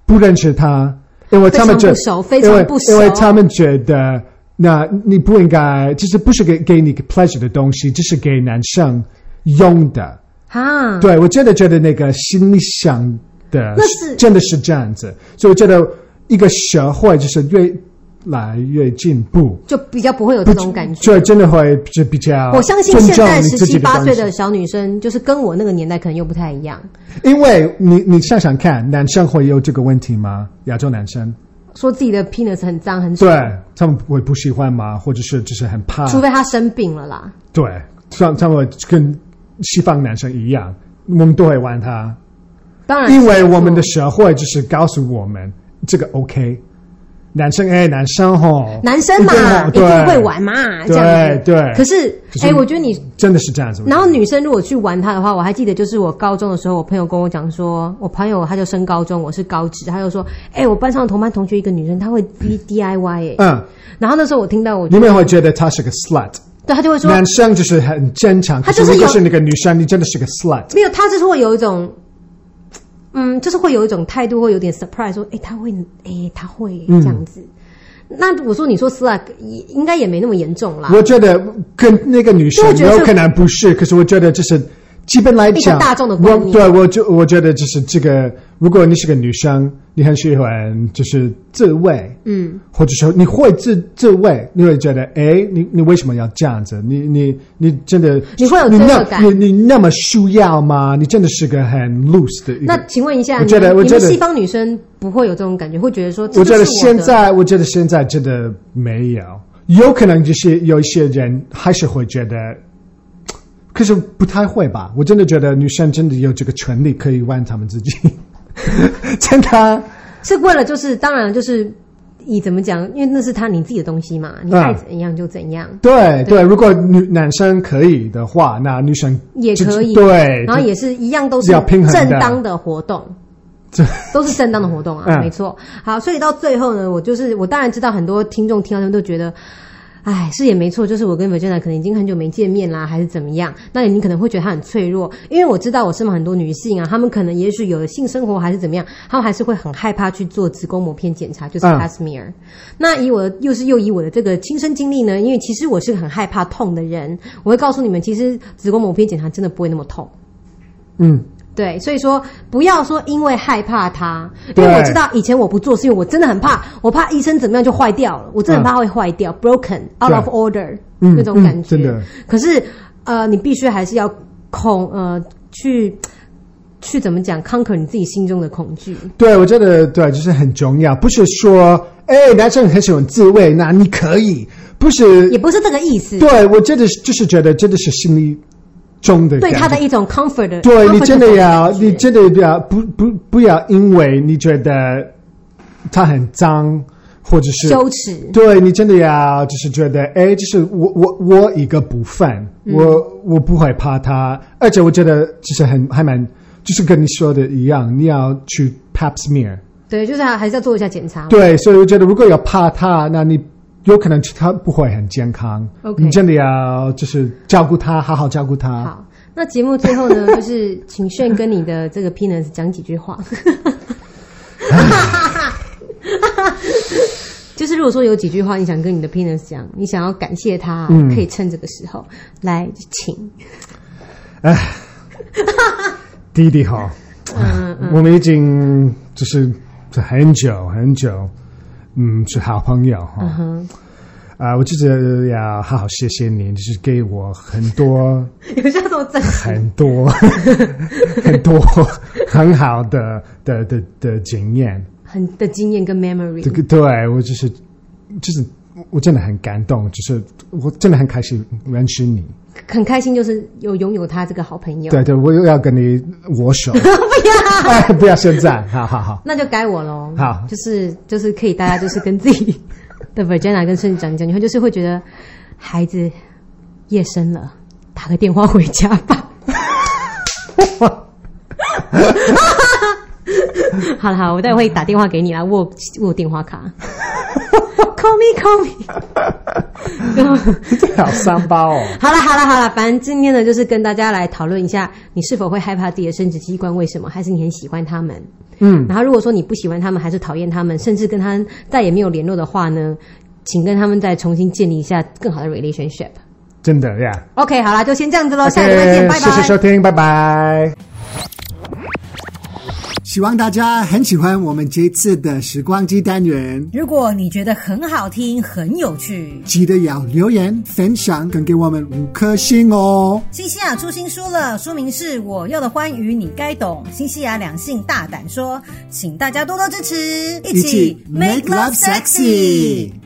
Speaker 4: 不认识她，因为她们觉
Speaker 3: 非常不熟非常
Speaker 4: 因为
Speaker 3: 不熟
Speaker 4: 因为她们觉得那你不应该，就是不是给给你 pleasure 的东西，这是给男生用的。
Speaker 3: 啊，
Speaker 4: 对，我真的觉得那个心里想的，
Speaker 3: 那是
Speaker 4: 真的是这样子，所以我觉得一个社会就是越来越进步。
Speaker 3: 就比较不会有这种感觉。
Speaker 4: 这真的会是比较。
Speaker 3: 我相信现在十
Speaker 4: 自己
Speaker 3: 七
Speaker 4: 的
Speaker 3: 八
Speaker 4: 东
Speaker 3: 岁
Speaker 4: 西
Speaker 3: 的，小女生，就是跟我那个年代可能又不太一样。
Speaker 4: 因为你你想想看，男生会有这个问题吗？亚洲男生，
Speaker 3: 说自己的 penis 很脏很丑
Speaker 4: 对，他们会不喜欢吗？或者是就是很怕？
Speaker 3: 除非他生病了啦。
Speaker 4: 对，他们他们会跟西方男生一样，我们都会玩他，
Speaker 3: 当然是
Speaker 4: 因
Speaker 3: 这样做，
Speaker 4: 为我们的社会就是告诉我们这个 OK。男生哎，男生吼，
Speaker 3: 男生嘛，
Speaker 4: 一
Speaker 3: 一
Speaker 4: 定
Speaker 3: 定
Speaker 4: 吼
Speaker 3: 会，玩嘛，这
Speaker 4: 对
Speaker 3: 样子。
Speaker 4: 对
Speaker 3: 可是，
Speaker 4: 就是
Speaker 3: 哎、我觉得你
Speaker 4: 对，真的是这样子。
Speaker 3: 然后女生如果去玩它的话，我还记得就是我高中的时候，我朋友跟我讲说，我朋友他就升高中，我是高职，他就说，哎、我班上同班同学一个女生，她会 D D I Y 哎、
Speaker 4: 嗯，
Speaker 3: 然后那时候我听到我就，
Speaker 4: 你们会觉得他是个 slut，
Speaker 3: 对他就会说，
Speaker 4: 男生就是很坚强，
Speaker 3: 他
Speaker 4: 可
Speaker 3: 就是
Speaker 4: 是如果
Speaker 3: 有
Speaker 4: 是那个女生，你真的是个 slut。
Speaker 3: 没有，他就是会有一种，嗯，就是会有一种态度，会有点 surprise，说，哎、他会，哎、他会、
Speaker 4: 嗯
Speaker 3: 这样子。那我说，你说 slack 也应该也没那么严重啦，
Speaker 4: 我觉得跟那个女生
Speaker 3: 就我觉得
Speaker 4: 有
Speaker 3: 是
Speaker 4: 可能不是，可是我觉得就是基本来
Speaker 3: 一
Speaker 4: 讲，
Speaker 3: 个大众的观
Speaker 4: 我
Speaker 3: 念
Speaker 4: 对我就我觉得就是这个，如果你是个女生，你很喜欢就是自慰，
Speaker 3: 嗯，
Speaker 4: 或者说你会自自慰，你会觉得哎，你你为什么要这样子？你你你真的
Speaker 3: 你会有
Speaker 4: 你
Speaker 3: 罪恶
Speaker 4: 那
Speaker 3: 感
Speaker 4: 你你那么需要吗？你真的是个很 loose 的一个。
Speaker 3: 那请问一下，
Speaker 4: 嗯我觉得
Speaker 3: 你们
Speaker 4: 我觉得
Speaker 3: 你们西方女生不会有这种感觉，会觉得说，这
Speaker 4: 我
Speaker 3: 就是
Speaker 4: 觉得
Speaker 3: 的
Speaker 4: 现在，我觉得现在真的没有，有可能就是有一些人还是会觉得，可是不太会吧？我真的觉得女生真的有这个权利可以玩她们自己， 真的啊。
Speaker 3: 是为了就是当然就是以怎么讲，因为那是他你自己的东西嘛，你
Speaker 4: 嗯
Speaker 3: 爱怎样就怎样，
Speaker 4: 对对，如果女男生可以的话，那女生
Speaker 3: 也
Speaker 4: 就
Speaker 3: 可以
Speaker 4: 对，
Speaker 3: 然后也是一样都是
Speaker 4: 要平衡的
Speaker 3: 正当的活动。
Speaker 4: 这
Speaker 3: 都是正当的活动啊，
Speaker 4: 嗯
Speaker 3: 没错。好，所以到最后呢，我就是我当然知道很多听众听到他们都觉得，哎，是也没错，就是我跟 Virginia 可能已经很久没见面啦，还是怎么样？那你可能会觉得她很脆弱，因为我知道我身旁很多女性啊，她们可能也许有了性生活还是怎么样，她们还是会很害怕去做子宫膜片检查，就是 p
Speaker 4: 嗯
Speaker 3: a s m e r 那以我的又是又以我的这个亲身经历呢，因为其实我是个很害怕痛的人，我会告诉你们，其实子宫膜片检查真的不会那么痛。
Speaker 4: 嗯，
Speaker 3: 对，所以说不要说因为害怕它，因为
Speaker 4: 对
Speaker 3: 我知道以前我不做是因为我真的很怕，我怕医生怎么样就坏掉了，我真的很怕会坏掉、b r o k e n out of
Speaker 4: 对
Speaker 3: order、
Speaker 4: 嗯
Speaker 3: 那种感
Speaker 4: 嗯
Speaker 3: 觉。
Speaker 4: 真的
Speaker 3: 可是呃，你必须还是要恐呃去去怎么讲 conquer 你自己心中的恐惧。
Speaker 4: 对，我觉得对，就是很重要，不是说哎，男生很喜欢自慰，那你可以，不是
Speaker 3: 也不是这个意思，
Speaker 4: 对我真的是就是觉得真的是心理中的
Speaker 3: 对他的
Speaker 4: 感觉
Speaker 3: 一种 comfort 的，
Speaker 4: 对你
Speaker 3: comfort
Speaker 4: 真的要，
Speaker 3: 感觉
Speaker 4: 你真的不要不不不要，因为你觉得它很脏，或者是
Speaker 3: 羞耻，
Speaker 4: 对你真的要就是觉得，哎，这是我我我一个部分，
Speaker 3: 嗯
Speaker 4: 我我不会怕它，而且我觉得就是很还蛮，就是跟你说的一样，你要去 pap smear，
Speaker 3: 对，就是还是要做一下检查。
Speaker 4: 对，所以我觉得如果有怕它，那你有可能它不会很健康
Speaker 3: OK
Speaker 4: 你真的要就是照顾它，好好照顾它。
Speaker 3: 好，那节目最后呢，就是请炫跟你的这个 penis 讲几句话。就是如果说有几句话你想跟你的 penis 讲，你想要感谢他，可以趁这个时候来，请。
Speaker 4: 哎 弟弟好，
Speaker 3: 嗯
Speaker 4: 我们已经就是很久很久，嗯，是好朋友哈。
Speaker 3: 嗯哼，
Speaker 4: 啊，我就是要好好谢谢你，就是给我很多
Speaker 3: 有像这种真
Speaker 4: 很 多很多很好的的的的经验。
Speaker 3: 很的经验跟
Speaker 4: 这
Speaker 3: memory，
Speaker 4: 个对我就是就是我真的很感动，就是我真的很开心认识你。
Speaker 3: 很开心，就是有拥有他这个好朋友。
Speaker 4: 对对，我又要跟你握手。 不要，哎，不要现在，好好好。
Speaker 3: 那就该我喽。
Speaker 4: 好
Speaker 3: 就是就是可以，大家就是跟自己的 Virginia 跟顺讲讲，你会就是会觉得孩子夜深了，打个电话回家 吧。好了好了，我待会会打电话给你啦，握握电话 卡。call me call me 。
Speaker 4: 好三包哦。
Speaker 3: 好了好了好了，反正今天呢，就是跟大家来讨论一下，你是否会害怕自己的生殖器官？为什么？还是你很喜欢他们？
Speaker 4: 嗯，
Speaker 3: 然后如果说你不喜欢他们，还是讨厌他们，甚至跟他再也没有联络的话呢，请跟他们再重新建立一下更好的 relationship。
Speaker 4: 真的呀。
Speaker 3: OK，好啦，就先这样子喽
Speaker 4: o
Speaker 3: 下礼拜见，拜拜。
Speaker 4: 谢谢收听，拜拜。
Speaker 2: 希望大家很喜欢我们这次的时光机单元，
Speaker 1: 如果你觉得很好听、很有趣，
Speaker 2: 记得要留言、分享，跟给我们五颗星哦。
Speaker 1: 新西啊亚初心说了，说明是我要的欢愉你该懂。新西亚两性大胆说，请大家多多支持，一
Speaker 2: 一起 make love sexy。